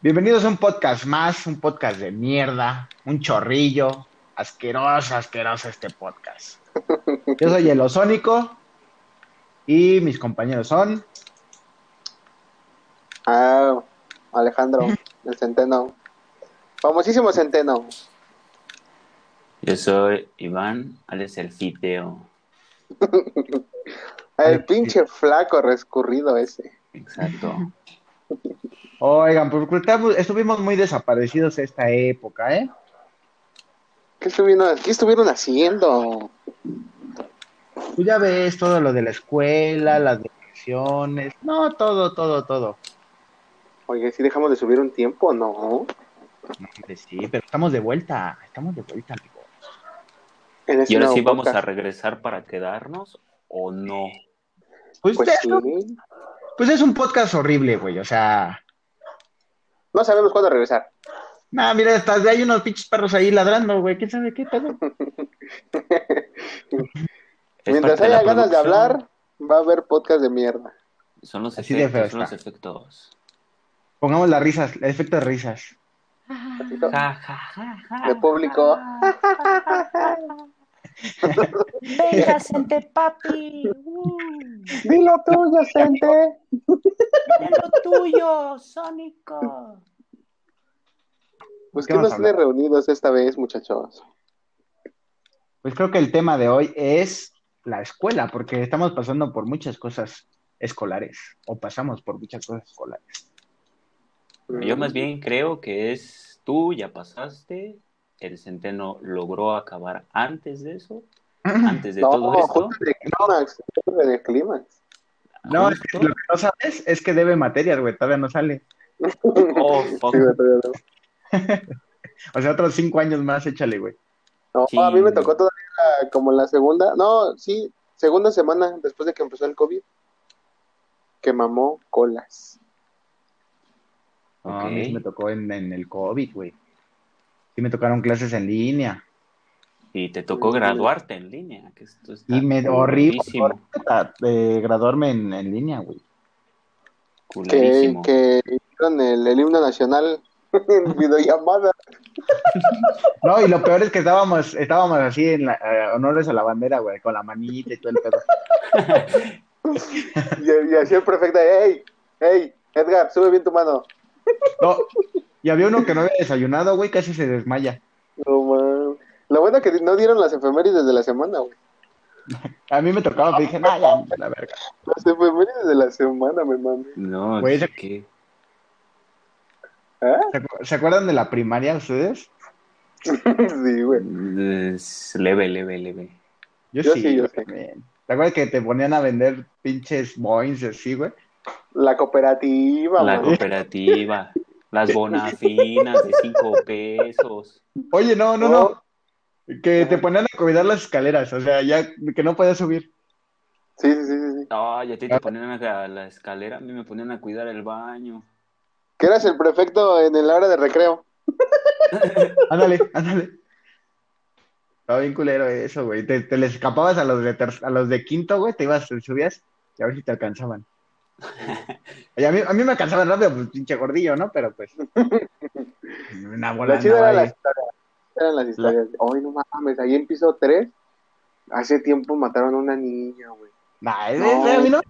Bienvenidos a un podcast más, un podcast de mierda, un chorrillo. Asqueroso, asqueroso este podcast. Yo soy el Ozónico y mis compañeros son Ah, Alejandro, el centeno. Famosísimo centeno. Yo soy Iván, Alex el fiteo. Ay, El pinche flaco rescurrido ese. Exacto. Oigan, porque estamos- estuvimos muy desaparecidos esta época, ¿eh? ¿Qué estuvieron, qué estuvieron haciendo? Tú Pues ya ves todo lo de la escuela, las depresiones, no, todo, todo, todo. Oye, si dejamos de subir un tiempo, no. No, hombre, sí, pero estamos de vuelta, estamos de vuelta, amigo. En este ¿Y ahora nuevo sí vamos a podcast. regresar para quedarnos o no? Pues, Pues es- sí. pues es un podcast horrible, güey, o sea... No sabemos cuándo regresar. Nah, mira, hasta hay unos pinches perros ahí ladrando, güey, ¿quién sabe qué pedo? Es Mientras parte de la haya ganas de producción. hablar, va a haber podcast de mierda. Son los Así de feo efectos, son los está. efectos. Pongamos las risas, el efecto de risas. Ja, ja, ja, ja. De público. Venga, Sente Papi. uh, Dilo tuyo, gente. mira lo tuyo, Sónico. Pues ¿Qué ¿qué vamos nos a tiene hablar? reunidos esta vez, muchachos. Pues creo que el tema de hoy es la escuela, porque estamos pasando por muchas cosas escolares, o pasamos por muchas cosas escolares. Yo más bien creo que es tú ya pasaste, el centeno logró acabar antes de eso, antes de no, todo esto. junta de clímax, junta de clímax. No, es que justo. lo que no sabes es que debe materias, güey, todavía no sale. Oh, fuck. Sí, güey, todavía no. O sea, otros cinco años más, échale, güey. No, Sí. a mí me tocó todavía la- como la segunda, no, sí, segunda semana después de que empezó el COVID, que mamó colas. Ok. No, a mí sí me tocó en, en el COVID, güey. Sí me tocaron clases en línea. Y te tocó graduarte en línea, que esto está Y me horrible culerísimo, de graduarme en, en línea, güey. Que, culerísimo. que hicieron el, el himno nacional en videollamada. No, y lo peor es que estábamos, estábamos así en la, eh, honores a la bandera, güey, con la manita y todo el pedo. Y, y así el prefecto, hey, hey, Edgar, sube bien tu mano. No, y había uno que no había desayunado, güey, casi se desmaya. No, man. Lo bueno que no dieron las efemérides de la semana, güey. A mí me tocaba, pero dije, no, ya, la verga. Las efemérides de la semana, me mami. No, Güey, es ese- que... ¿Se acu- ¿Se acuerdan de la primaria ustedes? sí, güey. Es leve, leve, leve. Yo sí, yo güey, sí. también. ¿Te acuerdas que te ponían a vender pinches boings así, güey? La cooperativa, La man. cooperativa, las bonafinas de cinco pesos. Oye, no, no, Oh. no. Que te ponían a cuidar las escaleras, o sea, ya que no podías subir. Sí, sí, sí, sí, sí. Ay, a ti te ponían a la escalera, a mí me ponían a cuidar el baño. Que eras el prefecto en el hora de recreo. Ándale, ándale. Estaba bien culero eso, güey. Te, te les escapabas a los de ter- a los de quinto, güey, te ibas, te subías y a ver si te alcanzaban. Y a mí, a mí me alcanzaban rápido, pues pinche gordillo, ¿no? Pero pues. Una bola. La chida era andaba la ahí. historia. Eran las historias. Hoy no mames, ahí en piso 3, hace tiempo mataron a una niña, güey. Nah, es- No. es- a mí no.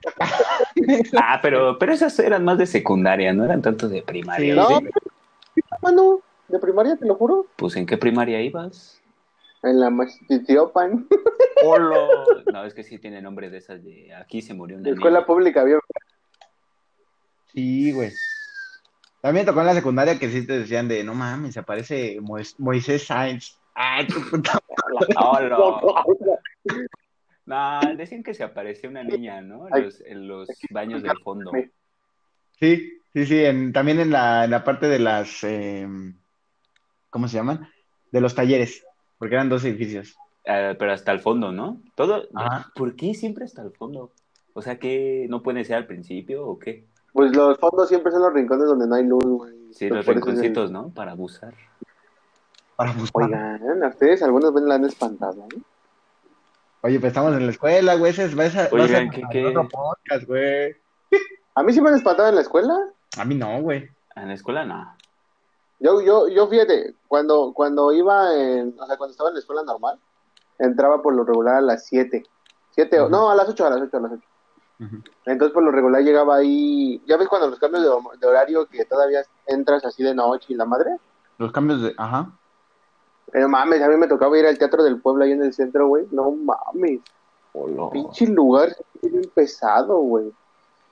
Ah, pero, pero esas eran más de secundaria, no eran tanto de primaria. Sí, ¿sí? no. Mano, Ah, de primaria, te lo juro. Pues ¿en qué primaria ibas? En la Mastitiopan, Polo. No, es que sí tiene nombre de esas de aquí se murió una escuela niña. pública, bien. Sí, güey. También tocó en la secundaria que sí te decían de, no mames, se aparece Mois- Moisés Sainz. Ay, tu puta Hola. No, decían que se aparecía una niña, ¿no? En los, en los baños del fondo. Sí, sí, sí, en- también en la, en la parte de las, eh, ¿cómo se llaman? De los talleres, porque eran dos edificios. Ah, pero hasta el fondo, ¿no? Todo. Ajá. ¿Por qué siempre hasta el fondo? O sea, que no puede ser al principio o qué? Pues los fondos siempre son los rincones donde no hay luz, güey. Sí, Pues los por eso es el- rinconcitos, ¿no? Para abusar. Para buscar. Oigan, a ustedes algunos ven la han espantado, ¿eh? Oye, pues estamos en la escuela, güey, ese es, vas a, vas Oigan, a- ¿qué- a qué? otro podcast, güey. A mí sí me han espantado en la escuela. A mí no, güey. En la escuela no. Yo, yo, yo fíjate, cuando, cuando iba en, o sea, cuando estaba en la escuela normal, entraba por lo regular a las 7. 7, o- no, a las 8, a las 8, a las 8. Ujú. Entonces, por lo regular llegaba ahí, ya ves cuando los cambios de, hom- de horario que todavía entras así de noche y la madre. Los cambios de. Ajá. No mames, a mí me tocaba ir al Teatro del Pueblo ahí en el centro, güey. No mames, Olo. pinche lugar bien pesado, güey.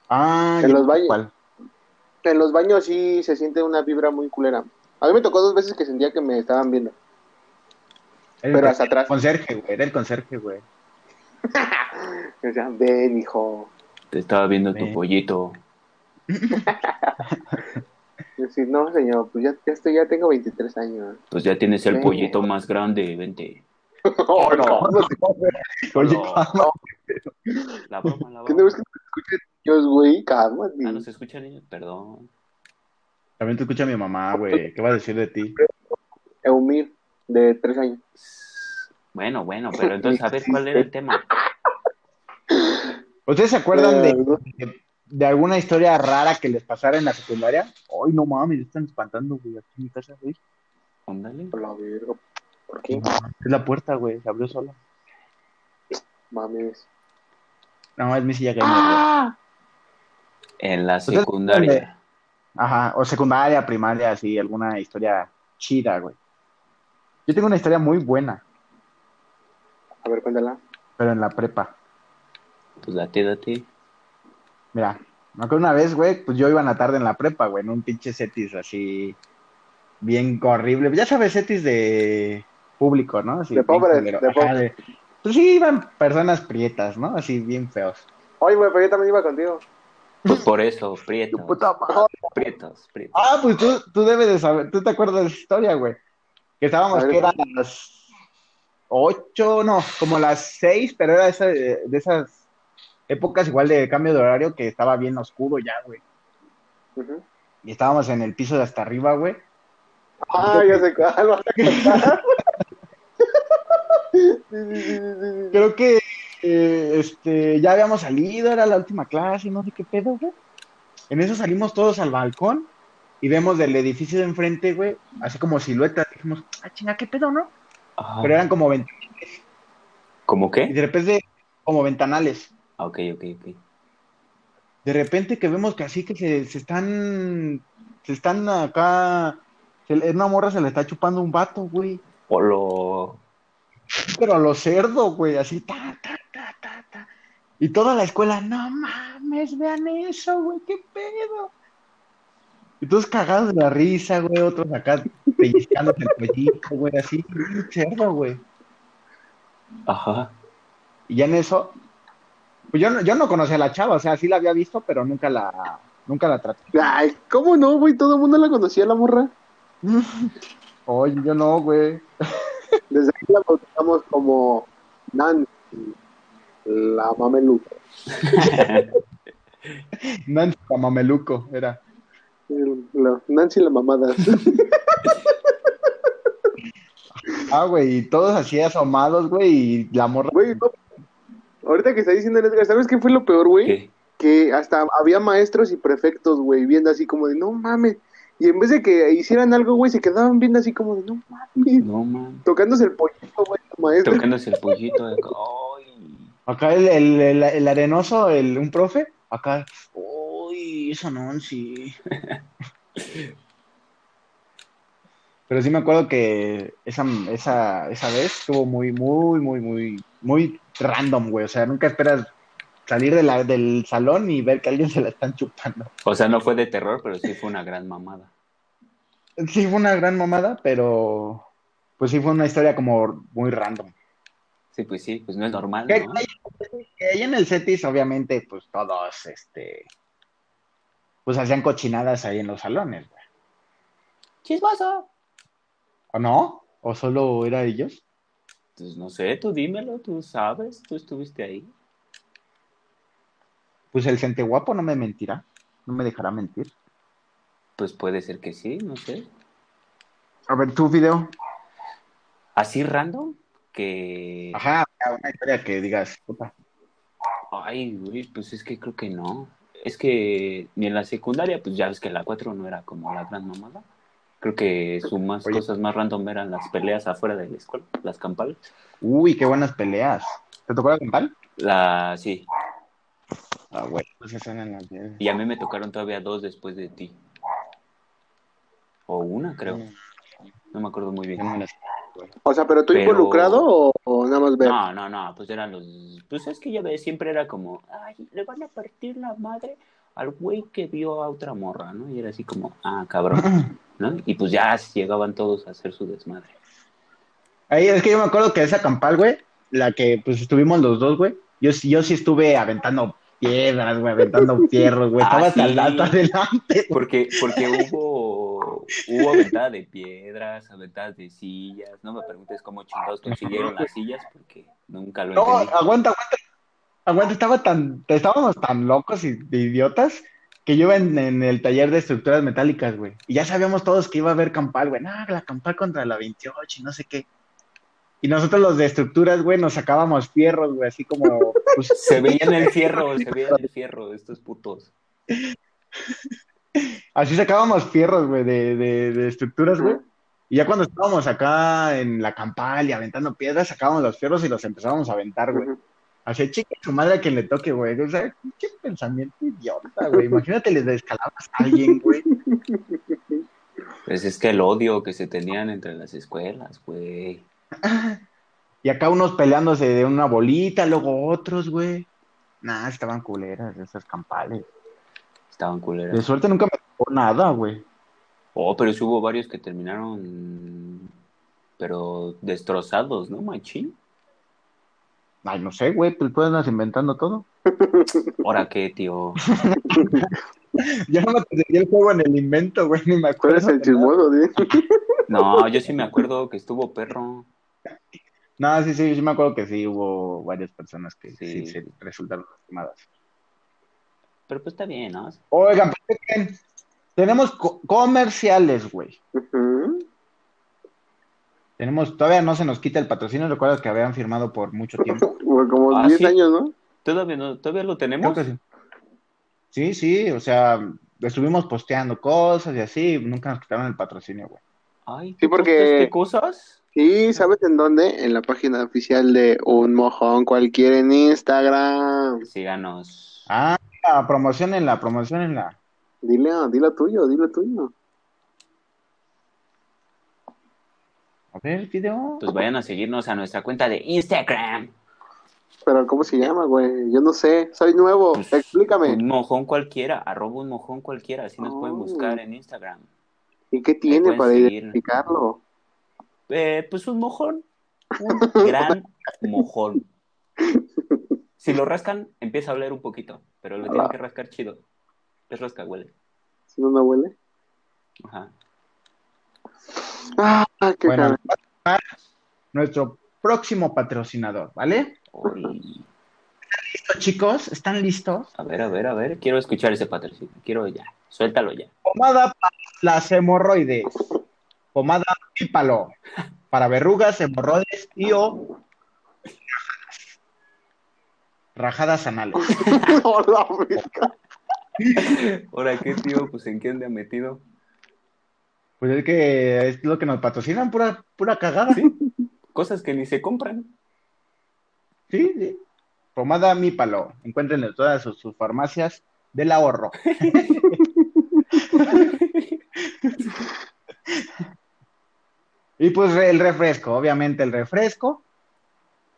Ah, En ya los sé valles. cuál. En los baños sí se siente una vibra muy culera. A mí me tocó dos veces que sentía que me estaban viendo. Era Pero el hasta atrás. Conserje, güey. Era el conserje, güey. O sea, ven, hijo. Te estaba viendo tu Ve. pollito. Yo sí, no, señor, pues ya, ya estoy, ya tengo 23 años. Pues ya tienes el Ve. pollito más grande, vente. Oh, no. Oye, Olo. cama. La broma, la ¿Qué no broma. ves que te escuchen ellos, güey? Cálmate. Ah, no se escuchan ellos, perdón. También te escucha mi mamá, güey. ¿Qué va a decir de ti? Eumir, de 3 años. Bueno, bueno, pero entonces a ver cuál era el tema. ¿Ustedes se acuerdan Eh, de, no. de alguna historia rara que les pasara en la secundaria? Ay, no mames, me están espantando, güey, aquí en mi casa, güey. Ándale. Por la verga. ¿Por qué? Es la puerta, güey, se abrió sola. Mames. No, es mi silla gamer, güey. ¡Ah! En la Entonces, secundaria. Ajá, o secundaria, primaria, así, alguna historia chida, güey. Yo tengo una historia muy buena, A ver, cuéntala. pero en la prepa. Pues date, date. Mira, me acuerdo una vez, güey, pues yo iba en la tarde en la prepa, güey, en un pinche setis así, bien horrible. Ya sabes, setis de público, ¿no? Así, De bien pobres, culero. de Ajá, pobres. de- Pues sí, iban personas prietas, ¿no? Así, bien feos. Oye, güey, pero yo también iba contigo. Pues por eso, prietos. Prietos, prietos. Ah, pues tú, tú debes de saber, tú te acuerdas de esa historia, güey. Que A estábamos, ver. que eran las ocho, no, como las seis, pero era esa, de de esas épocas igual de cambio de horario que estaba bien oscuro ya, güey. Ujú. Y estábamos en el piso de hasta arriba, güey. Ah, ya sé cuál. vas a contar. Sí, sí, sí, sí, sí. Creo que eh, este, ya habíamos salido, era la última clase, no sé qué pedo, güey. En eso salimos todos al balcón y vemos del edificio de enfrente, güey, así como siluetas. Dijimos, ah, chinga, qué pedo, ¿no? Ah, Pero eran como, ven- ¿Cómo y qué? de repente, como ventanales. Ah, ok, ok, ok. de repente que vemos que así que se, se están, se están acá, se le- una morra se le está chupando un vato, güey, Polo. pero a los cerdos, güey, así, ta, ta, ta, ta, ta. Y toda la escuela, no mames, vean eso, güey, qué pedo. Y todos cagados de la risa, güey, otros acá pellizcándose el pollito, güey, así, cerdo, güey. Ajá. Y ya en eso, pues yo no, yo no conocía a la chava, o sea, sí la había visto, pero nunca la, nunca la traté. Ay, ¿cómo no, güey? Todo el mundo la conocía, la morra. Oye, yo no, güey. Desde aquí la bautizamos como Nancy, la mameluca. Nancy Mameluco era. El- la- Nancy la mamada. Ah, güey, y todos así asomados, güey, y la morra. Güey, no. Ahorita que está diciendo el Edgar, ¿sabes qué fue lo peor, güey? ¿Qué? Que hasta había maestros y prefectos, güey, viendo así como de, no mames. Y en vez de que hicieran algo, güey, se quedaban viendo así como de, no mames. No, man. Tocándose el pollito, güey, los maestros. Tocándose el pollito. de- Ay. Acá el, el, el, el arenoso, el, un profe, acá. Uy, eso no, sí. Pero sí me acuerdo que esa, esa, esa vez estuvo muy, muy, muy, muy, muy random, güey. O sea, nunca esperas salir de la, del salón y ver que a alguien se la están chupando. O sea, no fue de terror, pero sí fue una gran mamada. Sí, fue una gran mamada, pero pues sí fue una historia como muy random. Sí, pues sí, pues no es normal, Que, ¿no? que ahí en el Cetis, obviamente, pues todos, este, pues hacían cochinadas ahí en los salones, güey. ¡Chismoso! ¿O no? ¿O solo era ellos? Pues no sé, tú dímelo, tú sabes, tú estuviste ahí. Pues el Cente guapo no me mentirá, no me dejará mentir. Pues puede ser que sí, no sé. A ver, tu video. Así random que... Ajá, una historia que digas, puta. Ay, güey, pues es que creo que no. es que ni en la secundaria, pues ya ves que la 4 no era como la gran mamada. Creo que sus más Oye. cosas más random eran las peleas afuera de la escuela, las campales. Uy, qué buenas peleas. ¿Te tocó la campal? La, sí, Ah, güey. Pues esas eran las de- y a mí me tocaron todavía dos después de ti. O una, creo. Mm. No me acuerdo muy bien. Ya no me las- O sea, pero tú Pero- involucrado o, o nada más ver. No, no, no, pues eran los... Pues es que ya ves, siempre era como, ay, le van a partir la madre al güey que vio a otra morra, ¿no? Y era así como, ah, cabrón, ¿no? Y pues ya llegaban todos a hacer su desmadre. Ahí es que yo me acuerdo que esa campal, güey, la que pues estuvimos los dos, güey. Yo, sí- yo sí estuve aventando piedras, güey, aventando fierros, güey. Ah, Estaba hasta, sí. hasta adelante. Porque, porque hubo, hubo aventadas de piedras, aventadas de sillas, no me preguntes cómo chingados consiguieron las sillas, porque nunca lo No, entendí. aguanta, aguanta. Aguanta, estaba tan, estábamos tan locos y de idiotas que yo iba en, en el taller de estructuras metálicas, güey. Y ya sabíamos todos que iba a haber campal, güey. Ah, la campal contra la 28 y no sé qué. Y nosotros los de estructuras, güey, nos sacábamos fierros, güey, así como... pues, Se veían el fierro, se veían el fierro, estos putos. Así sacábamos fierros, güey, de, de- de estructuras, güey. Ajá. Y ya cuando estábamos acá en la campal y aventando piedras, sacábamos los fierros y los empezábamos a aventar, güey. Ujú. Así, chica, su madre a quien le toque, güey. O sea, qué pensamiento idiota, güey. Imagínate, les descalabas a alguien, güey. Pues es que el odio que se tenían entre las escuelas, güey. Y acá unos peleándose de una bolita, luego otros, güey. Nah, estaban culeras esas campales. Estaban De culeras. suerte nunca me tocó nada, güey. Oh, pero sí hubo varios que terminaron, pero destrozados, ¿no, machín? Ay, no sé, güey, pues tú andas inventando todo. Ahora qué, tío. Ya no me conseguí el juego en el invento, güey, ni me Tú acuerdo. eres el de nada. chismoso, ¿sí? No, yo sí me acuerdo que estuvo perro. No, sí, sí, sí me acuerdo que sí hubo varias personas que sí, Sí. se resultaron lastimadas. Pero pues está bien, ¿no? Oigan, ¿pero qué creen? tenemos co- comerciales, güey. Ujú. Tenemos, todavía no se nos quita el patrocinio, recuerda que habían firmado por mucho tiempo. Bueno, Como Ah, 10 sí. años, ¿no? Todavía, no, todavía lo Creo tenemos. que sí. Sí, sí, o sea, estuvimos posteando cosas y así, nunca nos quitaron el patrocinio, güey. Ay, Sí, porque- ¿postes ¿Qué cosas? ¿Y sabes en dónde? En la página oficial de Un Mojón Cualquiera en Instagram. Síganos. Ah, promocionenla, promocionenla. Dile, dile tuyo, dile tuyo. A ver, video. Pues vayan a seguirnos a nuestra cuenta de Instagram. Pero ¿cómo se llama, güey? Yo no sé, soy nuevo, Pues, explícame. Un mojón cualquiera, arroba un mojón cualquiera, así nos pueden Oh. buscar en Instagram. ¿Y qué tiene pueden para seguir. identificarlo? Eh, pues un mojón, un gran mojón. Si lo rascan, empieza a oler un poquito, pero lo Ah. tienen que rascar chido. Es rasca, huele. Si no, no huele. Ajá. Ah, qué Bueno, cara. va a estar nuestro próximo patrocinador, ¿vale? Uy. ¿Listos, chicos? ¿Están listos? A ver, a ver, a ver. Quiero escuchar ese patrocinio. Quiero ya. Suéltalo ya. Pomada para las hemorroides. Pomada pípalo. Para verrugas, hemorroides y o rajadas anales. No, la verga. Ahora, ¿qué tío? Pues en qué anda metido. Pues es que es lo que nos patrocinan, pura, pura cagada. Sí, Cosas que ni se compran. sí. Pomada mípalo. Encuentren en todas sus, sus farmacias del ahorro. y pues re- el refresco, obviamente el refresco.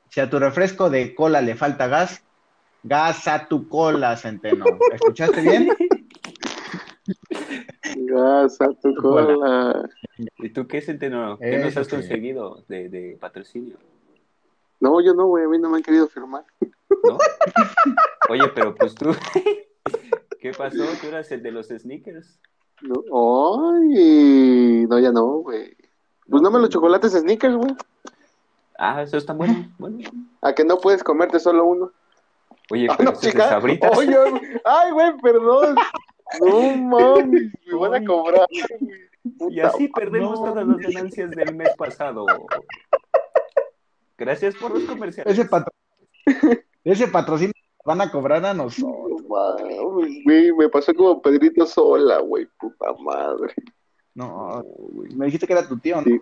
Si a tu refresco de cola le falta gas, gas a tu cola, Centeno. ¿Escuchaste bien? Gasa tu cola. ¿Y tú qué, Centeno? ¿Qué Eso nos has sí. conseguido de, de patrocinio? No, yo no, güey, a mí no me han querido firmar. ¿No? Oye, pero pues tú... ¿Qué pasó? Tú eras el de los sneakers. No, ay, no, ya no, güey. Pues no me los chocolates sneakers, güey. Ah, eso está bueno. bueno. A que no puedes comerte solo uno. Oye, Ah, pero no, esos de chica. Sabritas. Oye, güey. ay, güey, perdón. No mames, me van a cobrar. Y así Puta perdemos madre. todas las ganancias del mes pasado. Gracias por los comerciales. Ese, patro- ese patrocinio van a cobrar a nosotros. Güey, me pasó como Pedrito sola, güey, puta madre. No, güey. Me dijiste que era tu tío, ¿no? Sí.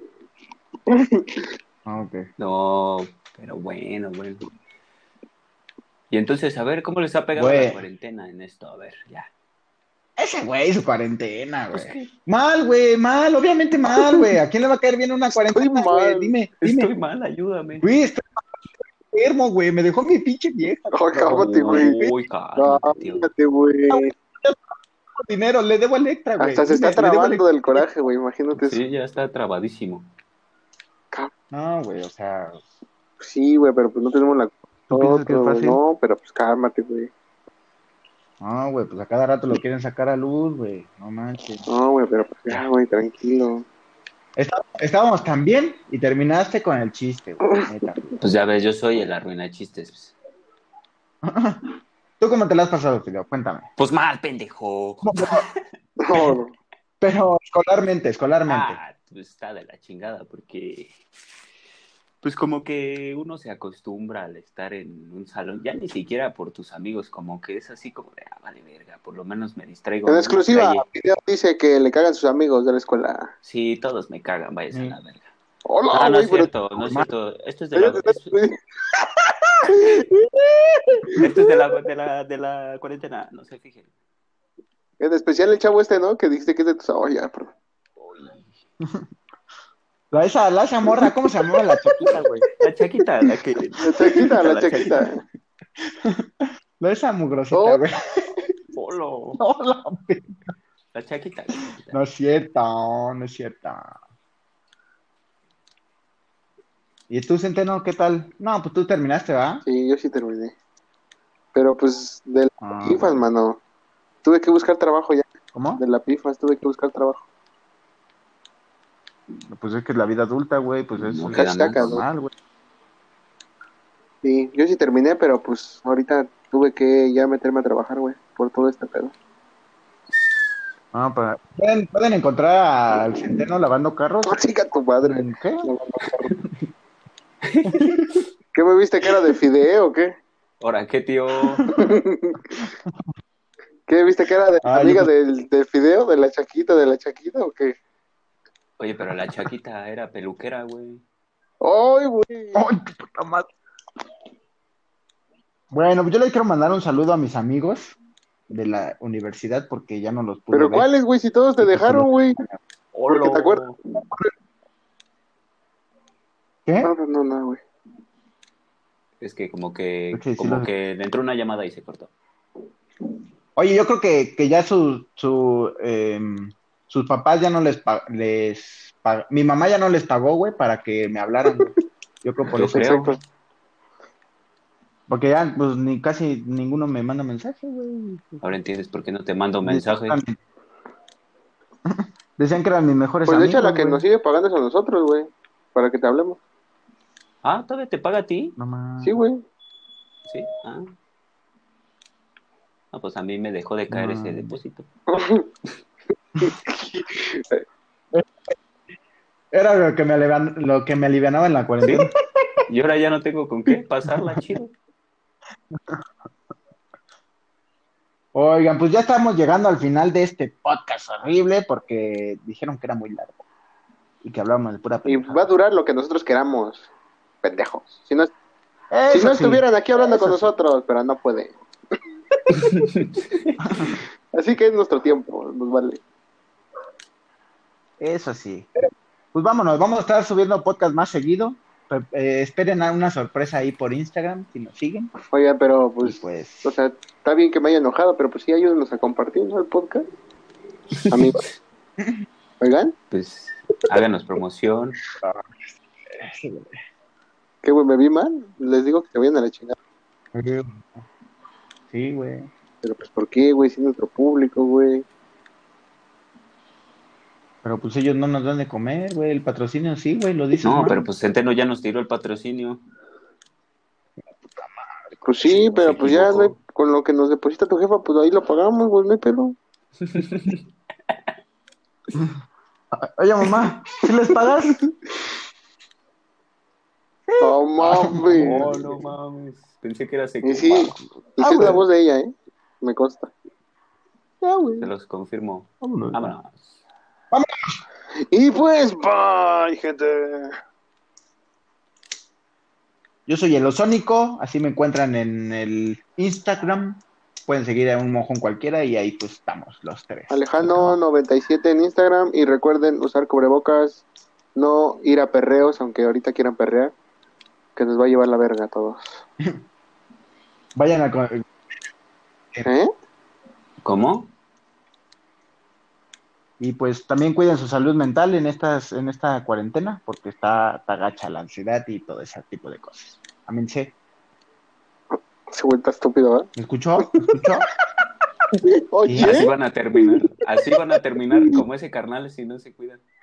Ah, ok. No, pero bueno, bueno. Y entonces, a ver, ¿cómo les ha pegado Güey. la cuarentena en esto? A ver, ya. Ese güey, su cuarentena, güey. Mal, güey, mal, obviamente mal, güey. ¿A quién le va a caer bien una cuarentena, güey? mal. Dime, dime. Estoy mal, ayúdame. Güey, estoy enfermo, güey. Me dejó mi pinche vieja. No, cálmate, güey. Uy, cálmate, tío. Cálmate, güey. con Dinero, le debo a Electra, güey. Hasta se está Dime, le debo a trabando del coraje, güey, imagínate eso. Sí, ya está trabadísimo. No, güey, o sea. Sí, güey, pero pues no tenemos la... ¿Tú piensas que es Otro, fácil? No, pero pues cálmate, güey. No, güey, pues a cada rato lo quieren sacar a luz, güey. No manches. No, güey, pero pues ya, güey, tranquilo. Está- estábamos tan bien y terminaste con el chiste, güey. neta. Pues ya ves, yo soy el arruina chistes. pues. ¿Tú cómo te la has pasado, Fideo? Cuéntame. Pues mal, pendejo. No, no. Pero escolarmente, escolarmente. Ah, pues está de la chingada, porque pues como que uno se acostumbra al estar en un salón, ya ni siquiera por tus amigos, como que es así como de, ah, vale verga, por lo menos me distraigo. En me exclusiva, distrae". Fideo dice que le cagan sus amigos de la escuela. Sí, todos me cagan, váyase Mm. a la verga. Hola, Ah, no güey, es pero... cierto, no es Ma- cierto. Esto es de la, Espérate, es- espérate. esto es de la, de la, de la cuarentena, no se fijen. En especial el chavo este, ¿no? Que dijiste que es de tus... Oh, ya, perdón. Uy. La esa, la esa morra, ¿cómo se llamaba la chiquita, güey? La chaquita, la que... La chaquita, la chaquita. La esa mugrosita, Oh. güey. Polo. No, la pe- La chaquita. la chaquita. no es cierto, no es cierto. ¿Y tú, Centeno, qué tal? No, pues tú terminaste, ¿va? Sí, yo sí terminé. Pero pues de la Ah, pifas, mano. Tuve que buscar trabajo ya. ¿Cómo? De la pifas tuve que buscar trabajo. Pues es que es la vida adulta, güey, pues es No queda Casi más. saca, ¿no? normal, güey. Sí, yo sí terminé, pero pues ahorita tuve que ya meterme a trabajar, güey, por todo este pedo. Ah, para- ¿Pueden, pueden encontrar al Centeno lavando carros? Chica Oh, tu madre. ¿En qué? ¿Qué me viste que era de fideo o qué? Ahora, ¿qué tío? ¿Qué viste que era de la Ah, yo amiga creo- del, del fideo, de la chaquita, de la chaquita o qué? Oye, pero la chaquita era peluquera, güey. ¡Ay, güey! Ay, tu puta madre. Bueno, pues yo le quiero mandar un saludo a mis amigos de la universidad porque ya no los pude ¿Pero ver. cuáles, güey? Si todos pues, te dejaron, güey. ¿eh? Porque te acuerdas. ¿Qué? No, pues, no, no, no, güey. Es que como que, Sí, sí, como lo- que le entró una llamada y se cortó. Oye, yo creo que, que ya su, su, em, sus papás ya no les, pa- les pa- mi mamá ya no les pagó, güey, para que me hablaran. güey. Yo creo por Yo eso. creo. Exacto. Porque ya, pues, ni casi ninguno me manda mensaje, güey. Ahora entiendes por qué no te mando mensajes. Decían que eran mis mejores Pues de hecho amigos, la que güey. nos sigue pagando es a nosotros, güey. Para que te hablemos. Ah, ¿todavía te paga a ti? No mames. Sí, güey. Sí. Ah. Ah, pues a mí me dejó de caer Ah. Mm. ese depósito. Era lo que me, alivian- lo que me alivianaba en la cuarentena. Y ahora ya no tengo con qué pasarla, chido. Oigan, pues ya estamos llegando al final de este podcast horrible porque dijeron que era muy largo y que hablábamos de pura Y pendejada. va a durar lo que nosotros queramos, pendejos. Si no, si Eso no sí. estuvieran aquí hablando con Eso sí. nosotros, pero no pueden. Así que es nuestro tiempo, nos vale. Eso sí. Pues vámonos, vamos a estar subiendo podcast más seguido. Pe- eh, esperen a una sorpresa ahí por Instagram si nos siguen. Oiga, pero pues, Y pues, o sea, está bien que me haya enojado, pero pues sí, ayúdenos a compartir, ¿no? El podcast. Amigos. Oigan, Pues háganos promoción. que güey, me vi mal. Les digo que se vayan a la chingada. sí, güey. Pero pues, ¿por qué, güey? Si es nuestro público, güey. Pero pues ellos no nos dan de comer, güey. El patrocinio sí, güey, lo dicen. No, pero pues Centeno ya nos tiró el patrocinio. Pues sí, pero pues ya no equivocó. hay- con lo que nos deposita tu jefa, pues ahí lo pagamos, güey, no hay pelo. Oye, mamá, ¿sí les pagas? No mames. Oh, no mames. Pensé que era seco. Y sí, y Ah, sí es la güey. voz de ella, ¿eh? Me consta. Se los confirmo. Vámonos. Vámonos. Y pues, bye, gente. Yo soy el Ozónico, así me encuentran en el Instagram. Pueden seguir a un mojón cualquiera y ahí pues estamos los tres. Alejandro97 en Instagram. Y recuerden usar cubrebocas, no ir a perreos, aunque ahorita quieran perrear, que nos va a llevar la verga a todos. Vayan a... co- ¿Eh? ¿Cómo? Y pues también cuiden su salud mental en estas en esta cuarentena porque está, está gacha la ansiedad y todo ese tipo de cosas. Amén, che. Se vuelta estúpido, ¿eh? ¿Me escuchó? ¿Me escuchó? Oye. Así van a terminar. Así van a terminar como ese carnal si no se cuidan.